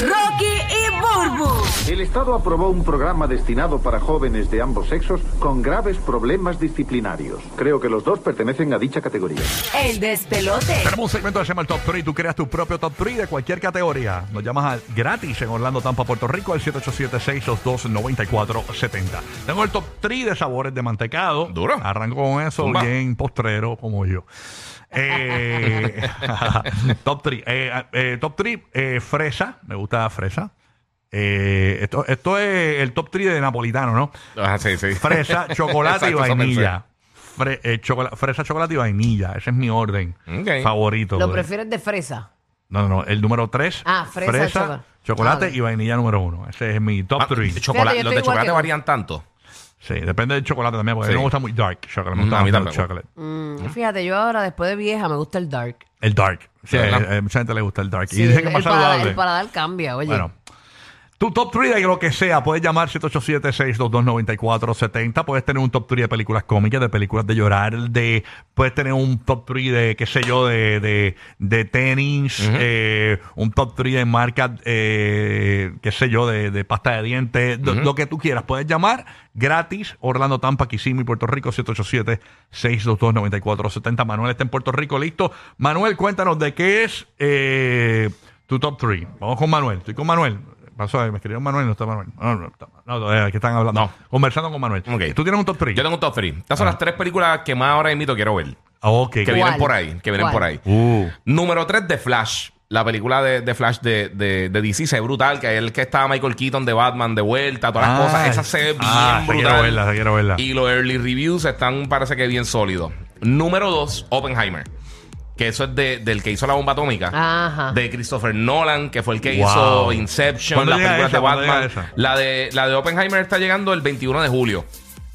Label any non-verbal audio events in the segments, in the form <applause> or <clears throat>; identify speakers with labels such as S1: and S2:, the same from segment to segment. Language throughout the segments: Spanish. S1: Rocky y Burbu,
S2: El Estado aprobó un programa destinado para jóvenes de ambos sexos con graves problemas disciplinarios. Creo que los dos pertenecen a dicha categoría.
S1: el despelote.
S3: Tenemos un segmento que se llama el Top 3. Tú creas tu propio Top 3 de cualquier categoría. Nos llamas al gratis en Orlando, Tampa, Puerto Rico al 787-622-9470. Tengo el Top 3 de sabores de mantecado.
S4: Duro.
S3: Arranco con eso
S4: Zumba.
S3: bien postrero como yo. Eh, <laughs> top 3. top 3, fresa. Me gusta fresa. Eh, esto, esto es el top 3 de napolitano, ¿no?
S4: Ah, sí, sí. <laughs>
S3: Fresa, chocolate y
S4: Exacto, eso
S3: vainilla. Fre- eh, chocola- fresa, chocolate y vainilla. Ese es mi orden
S4: Ok.
S3: favorito.
S5: ¿Lo
S3: bro.
S5: prefieres de fresa?
S3: No, no, no. El número 3.
S5: Ah, fresa, chocolate.
S3: chocolate
S5: Ah, ok.
S3: y vainilla número 1. Ese es mi top
S4: Ah,
S3: 3.
S4: de chocolate-
S5: Fíjate, yo
S4: los
S5: estoy
S4: de
S5: igual
S4: chocolate
S5: que tú.
S4: varían tanto.
S3: sí, depende del chocolate también, porque a mí
S4: Sí.
S3: me gusta muy dark chocolate. Me
S4: Mm,
S3: gusta
S4: a mí
S3: bastante el
S4: tampoco.
S3: chocolate.
S5: Fíjate, yo ahora después de vieja me gusta el dark.
S3: El dark. Sí,
S4: ¿Verdad?
S3: eh, mucha gente le gusta el dark.
S5: Sí,
S3: y dicen
S5: el,
S3: que es más
S5: paladar,
S3: saludable.
S5: el paladar cambia, oye.
S3: Bueno. Tu top 3 de lo que sea, puedes llamar 787-622-9470, puedes tener un top 3 de películas cómicas, de películas de llorar, de puedes tener un top 3 de, qué sé yo, de, de, de tenis, eh, un top 3 de marcas, eh, qué sé yo, de, de pasta de dientes, lo- lo que tú quieras. Puedes llamar gratis, Orlando Tampa, Kissimmee, Puerto Rico, 787-622-9470. Manuel está en Puerto Rico, listo. Manuel, cuéntanos de qué es... eh, tu top 3. Vamos con Manuel. Estoy con Manuel. Pasó, eh, me escribieron Manuel, no está Manuel. No, no, está- no, no, eh, que están hablando.
S4: No.
S3: Conversando con Manuel.
S4: Ok.
S3: Tú tienes un top 3.
S4: Yo tengo un top 3. Estas son las tres películas que más ahora invito quiero ver.
S3: Ah, Ok.
S4: Que
S5: ¿Cuál?
S4: vienen por ahí. Que vienen
S5: ¿Cuál?
S4: por ahí.
S3: Uh.
S4: Número 3 de Flash. La película de, de Flash de, de, de DC se ve brutal, que es el que está Michael Keaton de Batman de vuelta, todas las
S3: Ah,
S4: cosas. Esa se ve bien
S3: ah, esa
S4: brutal.
S3: quiero verla, esa quiero verla.
S4: Y los early reviews están, parece que bien sólidos. Número 2, Oppenheimer. Que eso es de- del que hizo la bomba atómica.
S5: Ajá.
S4: De Christopher Nolan, que fue el que
S3: Wow.
S4: hizo Inception,
S3: ¿Cuándo
S4: las
S3: llega
S4: películas
S3: esa?
S4: de
S3: ¿Cuándo llega
S4: Batman.
S3: esa?
S4: La de, la de Oppenheimer está llegando el 21 de julio.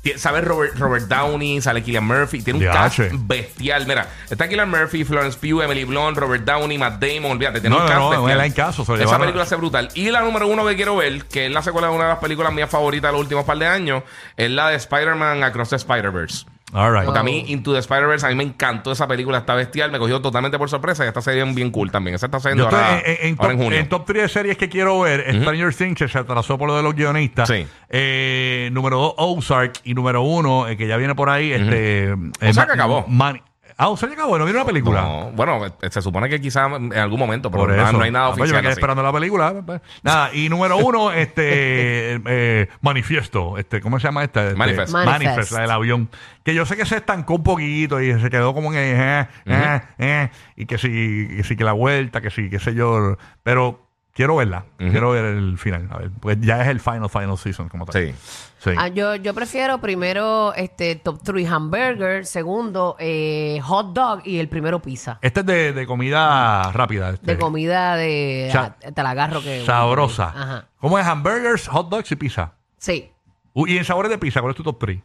S4: Tie- Sale Robert, Robert Downey, sale Killian Murphy. Tiene un cast
S3: Diache.
S4: bestial. Mira, está Killian Murphy, Florence Pugh, Emily Blunt, Robert Downey, Matt Damon. Olvídate, tiene
S3: No, no,
S4: un cast
S3: no,
S4: bestial.
S3: no hay caso, se lo
S4: Esa
S3: llevaron.
S4: película es brutal. Y la número uno que quiero ver, que es la secuela de una de las películas mías favoritas de los últimos par de años, es la de Spider-Man Across the Spider-Verse.
S3: All right.
S4: Porque a mí, Into the Spider-Verse, a mí me encantó esa película, está bestial, me cogió totalmente por sorpresa y esta serie es bien cool también. Esa está saliendo
S3: Yo estoy
S4: ahora,
S3: en, en- en
S4: ahora
S3: top,
S4: en junio.
S3: en top 3 de series que quiero ver. Stranger Things, que se atrasó por lo de los guionistas.
S4: Sí.
S3: Eh, número 2, Ozark. Y número 1, que ya viene por ahí. este, eh,
S4: Ozark
S3: Ma-
S4: acabó.
S3: Man- ah, Ozark acabó. No viene una película.
S4: No, bueno, eh, se supone que quizás en algún momento, pero
S3: Por
S4: no,
S3: eso.
S4: no hay nada
S3: Ah, pues Yo me
S4: oficial.
S3: quedé
S4: así.
S3: esperando la película. Nada, y número
S4: <laughs>
S3: uno, este eh, manifiesto. Este, ¿Cómo se llama esta? Este,
S4: Manifest.
S3: Manifest.
S5: Manifest.
S3: la del avión. Que yo sé que se estancó un poquito y se quedó como en eh, eh, eh, eh, y que sí, que sí que la vuelta, que sí, qué sé yo. Pero quiero verla. Quiero ver el final. A ver, pues ya es el final, final season como tal.
S4: Sí.
S3: Sí.
S5: Ah, yo, yo prefiero primero este top 3 hamburger, segundo eh, hot dog y el primero pizza.
S3: Este es de, de comida rápida. este.
S5: De comida de...
S3: Sa-
S5: ah, te la agarro que...
S3: Sabrosa.
S5: Ajá.
S3: ¿Cómo es? Hamburgers, hot dogs y pizza.
S5: Sí.
S3: Uy, y en sabores de pizza, ¿cuál es tu top 3?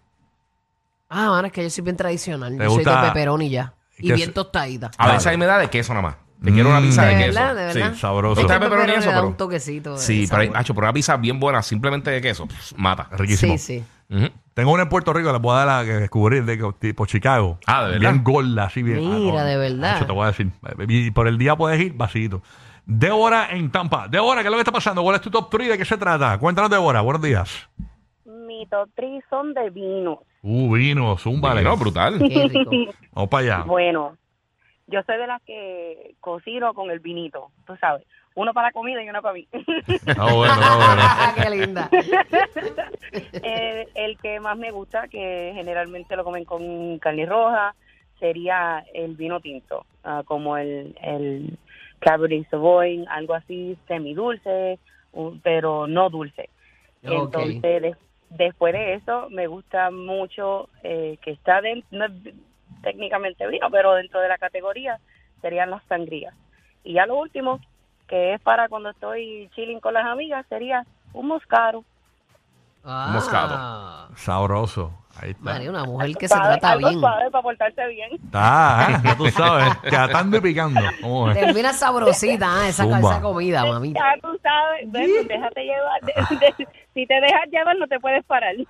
S5: Ah, mano, es que yo soy bien tradicional.
S3: ¿Te
S5: Yo soy
S3: gusta-
S5: de pepperoni ya. Y
S3: que Ah,
S5: bien
S3: es-
S5: tostadita.
S4: A veces ahí me da de queso nada más. Te quiero una pizza de,
S5: de
S4: queso.
S5: verdad, de verdad.
S4: Sí,
S3: Mm. sabroso.
S5: Es
S4: ¿Te gusta el
S5: que el
S4: pepperoni y
S5: pepperoni
S4: eso,
S5: le da
S4: pero-
S5: un toquecito de
S4: Sí, pero, hay-
S5: sabor.
S4: hacho, pero una pizza bien buena, simplemente de queso, pff, mata.
S3: Riquísimo.
S5: Sí,
S3: <laughs>
S5: sí.
S4: Ujú.
S3: Tengo una en Puerto Rico, la voy a dar a que descubrí de que- tipo Chicago.
S4: Ah, ¿de verdad?
S3: Bien gorda, así bien. ah,
S5: Mira, de verdad.
S3: Eso te voy a decir. Y por el día puedes ir vacío. Débora en Tampa. Débora, ¿qué es lo que está pasando? ¿Cuál es tu top 3? ¿De qué se trata? Cuéntanos, Débora. Buenos días.
S6: Mi top three son de vinos.
S3: Uh, vino, zúmbale.
S4: No, brutal.
S5: Qué rico.
S6: <laughs>
S3: Vamos para allá.
S6: Bueno, yo soy de las que cocino con el vinito, tú sabes. Uno para la comida y uno para mí.
S4: Ah, bueno, ah,
S5: <laughs>
S4: bueno.
S5: Qué linda.
S6: el, Eh, el que más me gusta, que generalmente lo comen con carne roja, sería el vino tinto, ah, como el, el Cabernet Sauvignon, algo así semidulce, un- pero no dulce.
S5: Ok.
S6: Entonces, des- después de eso, me gusta mucho eh, que está dentro, no es vi- técnicamente vino, pero dentro de la categoría serían las sangrías. Y ya lo último, que es para cuando estoy chilling con las amigas, sería un moscaro.
S5: Ah,
S4: Moscato.
S3: Sabroso. Ahí está.
S5: María, una mujer que se
S6: Suave,
S5: trata
S6: algo
S5: bien.
S6: suave para portarse bien.
S3: Ah, ya tú sabes, catando y picando. ¿Cómo es?
S5: Termina sabrosita ah, esa,
S3: Zumba.
S5: esa comida, mamita.
S6: Ya tú sabes, ven, déjate llevar.
S5: Ah.
S6: <laughs> de- de- si te dejas llevar, no te puedes parar.
S5: Es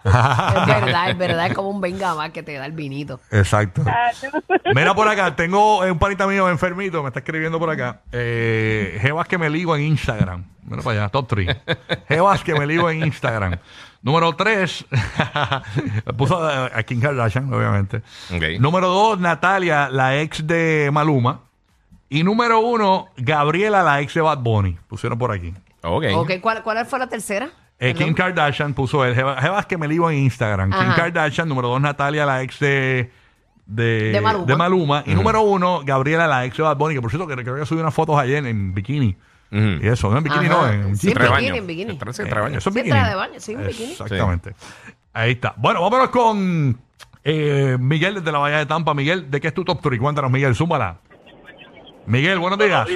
S5: verdad, es verdad, es como un venga más que te da el vinito.
S3: Exacto.
S6: Ah, no.
S3: Mira por acá, tengo eh, un panita mío enfermito, me está escribiendo por acá. Eh, Jebas que me ligo en Instagram. Mira para allá, top 3. Jebas que me ligo en Instagram. Número 3, <laughs> puso a, a Kim Kardashian, obviamente.
S4: Ok.
S3: Número 2, Natalia, la ex de Maluma. Y número 1, Gabriela, la ex de Bad Bunny. Pusieron por aquí.
S4: Ok.
S5: Ok, ¿cuál, ¿Cuál fue la tercera?
S3: Eh, Kim
S5: Perdón.
S3: Kardashian puso el Jebas Jebas que me ligo en Instagram. Kim
S5: Ajá.
S3: Kardashian, número dos, Natalia, la ex de. De,
S5: De Maluma.
S3: Maluma. Y número uno, Gabriela, la ex de Bad Bunny, que por cierto, que creo que subí unas fotos ayer en bikini.
S4: Ujú.
S3: Y eso, no en bikini,
S5: Ajá.
S3: no, en
S5: Sí,
S3: jeep.
S4: Tres
S5: en
S4: baños.
S5: bikini, en bikini.
S4: Parece
S3: Eh,
S4: que tres baños.
S3: Eso es
S5: Sí, en
S3: bikini.
S5: traje de baño, sí, en bikini.
S3: Exactamente. Ahí está. Bueno, vámonos con eh, Miguel desde la Bahía de Tampa. Miguel, ¿de qué es tu top 3? Cuéntanos, Miguel, súmala. Miguel, buenos días.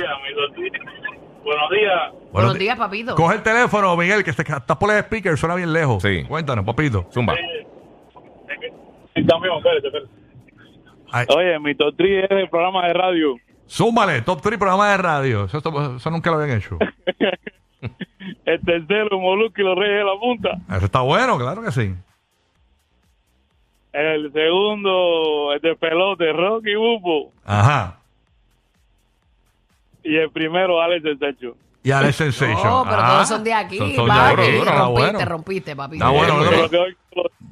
S7: Buenos días.
S5: Buenos
S3: di-
S5: días, papito.
S3: Coge el teléfono, Miguel, que se- estás por el speaker, suena bien lejos.
S4: Sí.
S3: Cuéntanos, papito.
S4: Zumba.
S3: Ay,
S7: Oye, mi top 3 es el programa de radio.
S3: Súmale, top 3 programa de radio. Eso, esto- eso nunca lo
S7: <laughs>
S3: habían hecho.
S7: El tercero, Molusco y los Reyes de la Punta.
S3: Eso está bueno, claro que sí.
S7: El segundo, el de pelote, Rocky Bupo.
S3: Ajá.
S7: Y el primero, Alex del Techo.
S3: Y Alex Sensation.
S5: No, Oh, pero
S3: Ah,
S5: todos son de aquí.
S3: son- son de
S5: papi.
S3: duro, duro,
S5: rompiste,
S3: está bueno.
S5: rompiste, papi.
S3: Está bueno,
S4: Bien,
S3: no,
S7: Pero
S3: no,
S7: que hoy-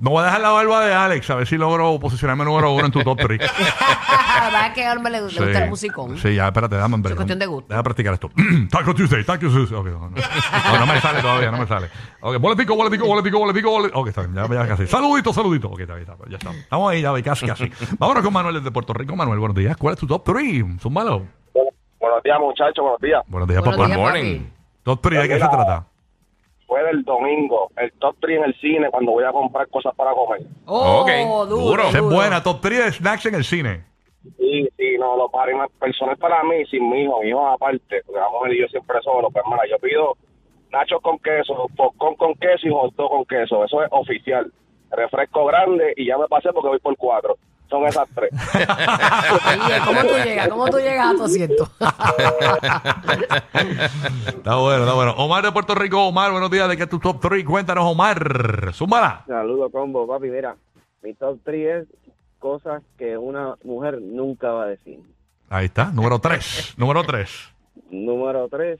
S3: no voy a dejar la barba de Alex, a ver si logro posicionarme número uno en tu top
S5: <laughs>
S3: 3.
S5: La verdad es que a Olmer le, le gusta el musicón.
S3: Sí, ya, espérate, dame hombre.
S5: Es cuestión de gusto.
S3: Deja practicar esto. <clears throat> Taco Tuesday, Taco Tuesday. Ok, no, no. No, no me sale todavía, no me sale. Ok, boletico, boletico, boletico, boletico, boletico. Ok, está bien, ya, ya casi. Saludito, saludito. Ok, está bien, está bien, ya estamos. Estamos ahí, ya, ve, casi, casi. Vámonos con Manuel desde Puerto Rico. Manuel, buenos días. ¿Cuál es tu top 3? Zúmbalo.
S8: Buenos días, muchachos, buenos días.
S3: Buenos días,
S5: Buenos
S3: papá.
S5: días,
S4: morning. <laughs>
S5: papi.
S3: Top 3, ¿de qué se trata?
S8: Fue del domingo, el top 3 en el cine cuando voy a comprar cosas para comer.
S5: Oh,
S4: Ok, duro.
S5: duro.
S3: Esa es buena, top 3 de snacks en el cine.
S8: Y si no, los paris personas para mí, sin mi hijo, mi hijo aparte, porque la mujer y yo siempre solo, pues hermana, yo pido nachos con queso, popcorn con queso y hot dog con queso, eso es oficial. Refresco grande y ya me pasé porque voy por cuatro. Son esas tres.
S5: Oye, ¿Cómo tú llegas? ¿Cómo tú llegas a tu
S3: <laughs>
S5: asiento?
S3: Está bueno, está bueno. Omar de Puerto Rico, Omar, buenos días. ¿De qué es tu top 3? Cuéntanos, Omar. Zúmbala.
S8: Saludos, combo, papi. Mira, mi top 3 es cosas que una mujer nunca va a decir.
S3: Ahí está, número 3. Número 3.
S8: Número 3,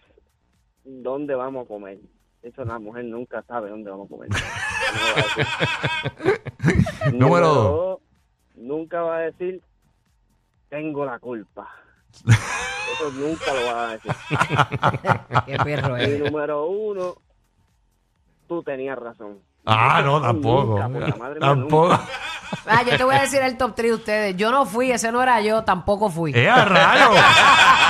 S8: ¿dónde vamos a comer? Eso la mujer nunca sabe dónde vamos a comer.
S3: Número dos.
S8: dos, Nunca va a decir, tengo la culpa. Eso nunca lo va
S3: <laughs>
S8: a decir.
S5: Qué perro
S8: Y
S5: es.
S8: número uno, tú tenías razón.
S3: Ah, no,
S8: Nunca,
S3: tampoco.
S8: por la madre mía,
S3: Tampoco.
S8: nunca.
S5: Ah, yo te voy a decir el top 3 de ustedes. Yo no fui, ese no era yo, tampoco fui.
S3: ¡Eh, a rayo!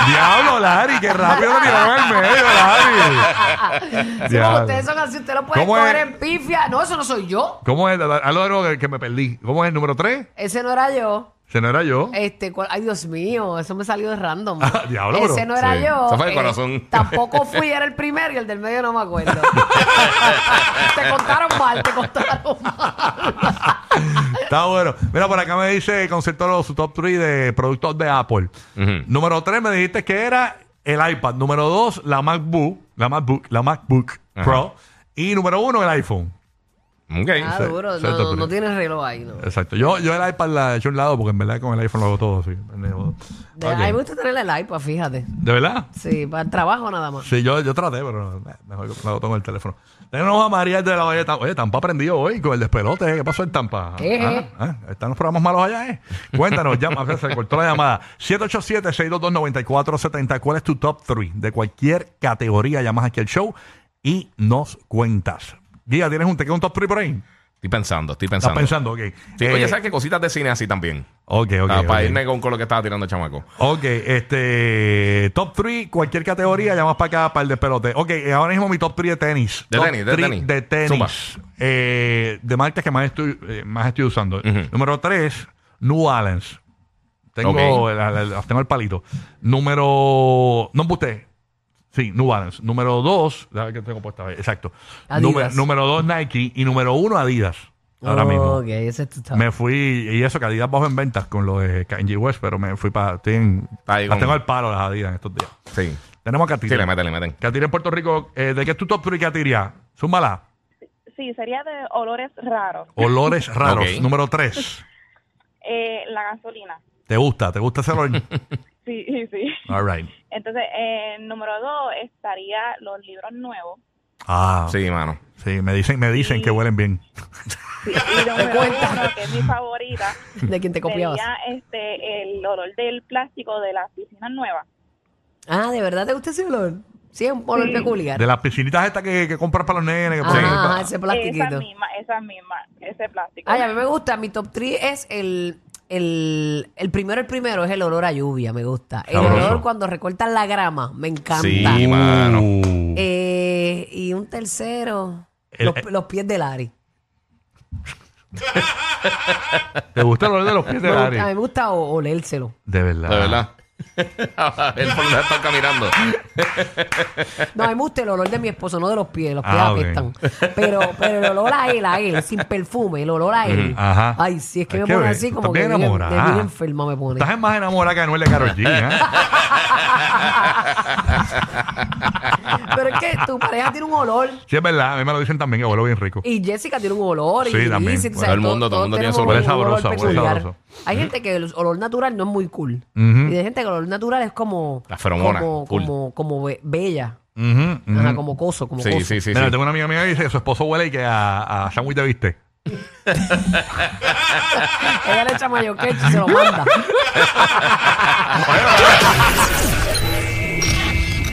S3: ¡Diablo, Lari! ¡Qué rápido lo tiraron al medio, Lari!
S5: Si
S3: Diablo.
S5: ustedes son así, ustedes lo pueden
S3: ¿Cómo
S5: coger
S3: es?
S5: en pifia. No, eso no soy yo.
S3: ¿Cómo es? Algo algo que me perdí. ¿Cómo es el número 3?
S5: Ese no era yo.
S3: Se no era yo.
S5: Este, ¿cuál? ay Dios mío, eso me salió de random.
S3: Ah, diablo,
S5: Ese
S3: pero-
S5: no era
S4: sí.
S5: yo. Eh,
S4: Eso fue de corazón.
S5: Tampoco fui, era el primero y el del medio no me
S3: <laughs>
S5: acuerdo. te contaron mal, te contaron mal.
S3: Está bueno. Mira, por acá me dice Concepto su top 3 de productos de Apple.
S4: Ujú.
S3: Número 3 me dijiste que era el iPad. Número 2, la MacBook, la MacBook, la MacBook
S4: Ajá.
S3: Pro. Y número 1, el iPhone.
S4: Ok.
S5: Ah,
S3: Sí,
S5: duro.
S3: sí,
S5: No,
S3: está
S5: no,
S3: por
S5: no
S3: ahí.
S5: tienes reloj ahí, ¿no?
S3: Exacto. Yo, yo el iPad la eché a un lado porque en verdad con el iPhone lo hago todo. Sí. Pendejo.
S5: De- A mí me gusta tener el iPad, fíjate.
S3: ¿De verdad?
S5: Sí, para el trabajo nada más.
S3: Sí, yo, yo traté, pero eh, mejor que lo tengo el teléfono. Tenemos a María de la Valle. Oye, Tampa aprendió hoy con el despelote. ¿eh? ¿Qué pasó en Tampa?
S5: ¿Qué?
S3: Ah, ah, Están los programas malos allá, ¿eh? Cuéntanos, llama, <laughs> se cortó la llamada. 787-622-9470. ¿Cuál es tu top 3 de cualquier categoría? Llamas aquí al show y nos cuentas. Guía, ¿tienes un, te queda un top 3 por ahí?
S4: Estoy pensando, estoy
S3: Estás pensando,
S4: pensando.
S3: ok.
S4: Sí, pues,
S3: Eh,
S4: oye, ¿sabes qué cositas de cine así también?
S3: Ok, ok.
S4: Ah, para
S3: ok.
S4: irme con, con lo que estaba tirando el chamaco.
S3: Ok, este top 3, cualquier categoría, llamas para acá para el despelote. Ok, eh, ahora mismo mi top 3 de tenis.
S4: De
S3: Top
S4: tenis, de
S3: three
S4: tenis.
S3: De
S4: Zumba.
S3: tenis. Eh, de marcas que más estoy, eh, más estoy usando.
S4: Ujú.
S3: Número 3, New Balance. Tengo,
S4: Ok.
S3: el, el- el- tengo el palito. Número. No embuste. Sí, New Balance. Número 2, que tengo puesta. Exacto. Número,
S5: Adidas. Oh,
S3: número 2, Nike. Y número 1, Adidas. Ahora mismo.
S5: Ok, ese es tu top.
S3: Me fui, y eso que Adidas bajo en ventas con lo de Kanye West, pero me fui para.
S4: Ahí con-
S3: Tengo al paro las Adidas en estos días.
S4: Sí.
S3: Tenemos a
S4: Sí, le
S3: Katiria.
S4: meten, le meten.
S3: Katiria en Puerto Rico, eh, ¿de qué es tu top 3 Katiria? Súmala.
S6: Sí, sería de olores raros.
S3: Olores raros.
S4: Ok.
S3: Número 3.
S6: Eh, la gasolina.
S3: ¿Te gusta? ¿Te gusta ese
S4: <laughs>
S3: olor?
S6: Sí, <laughs> sí.
S3: All right.
S6: Entonces, eh, número dos estaría los libros nuevos.
S3: Ah, sí.
S4: Sí, mano.
S3: me dicen, me dicen que huelen bien.
S6: Sí,
S5: <laughs>
S6: y número uno, que es mi favorita,
S5: De quien te copiabas.
S6: sería este, el olor del plástico de las piscinas nuevas.
S5: Ah, ¿de verdad te gusta ese olor? Sí, es un olor peculiar.
S3: De las piscinitas estas que, que compras para los nenes. Que ponen-
S5: Ah,
S3: pa-
S5: ese
S6: Esa
S5: plastiquito.
S6: misma, esa misma, ese plástico.
S5: Ay, a mí me gusta. Mi top 3 es el, el, el primero, el primero es el olor a lluvia, me gusta. El
S3: Sabroso.
S5: olor cuando recortan la grama, me encanta.
S4: Sí, mano.
S3: Uh.
S5: Eh, y un tercero,
S3: El-
S5: los, los pies de Lari.
S3: ¿Te gusta el olor de los pies
S5: <laughs>
S3: de
S5: Me gusta- a mí
S3: Larry?
S5: me gusta o- olérselo.
S3: De verdad.
S4: De verdad. <laughs> Él por donde está caminando.
S5: No, a mí me gusta el olor de mi esposo, no de los pies, los pies
S3: Ah, ok.
S5: apestan. Pero, pero el olor a él, a él, sin perfume, el olor a él.
S3: Mm, ajá.
S5: Ay, sí, es que
S3: Ay,
S5: me
S3: qué
S5: pone
S3: bello.
S5: así
S3: Tú
S5: como
S3: estás
S5: que
S3: bien
S5: bien, de
S3: enamorada.
S5: bien enferma me
S3: <laughs>
S5: pone. <laughs>
S3: Estás más enamorada que Anuel de Karol G, ¿eh?
S5: Pero es que tu pareja tiene un olor
S3: Sí, es verdad. A mí me lo dicen también que huele bien rico.
S5: Y Jessica tiene un olor.
S3: Sí,
S5: y
S3: también.
S5: Lizzy, tú
S3: Bueno,
S5: sabes,
S4: el mundo- todo el mundo tiene
S5: todos
S4: su olor.
S5: tenemos un
S3: Huele sabroso, huele
S5: peculiar.
S3: sabroso.
S5: Hay gente que el olor natural no es muy cool.
S3: Ujú.
S5: Y hay gente que el olor natural es como.
S4: La feromona,
S5: Como,
S4: cool.
S5: como, como be- bella.
S3: Ujú, ujú.
S5: Ajá, como coso, como
S4: Sí,
S5: coso.
S4: sí, sí.
S3: Mira,
S4: sí.
S3: tengo una amiga mía que dice que su esposo huele y que a, a sándwich de viste.
S5: <laughs> Ella le echa mayo ketchup y se lo manda.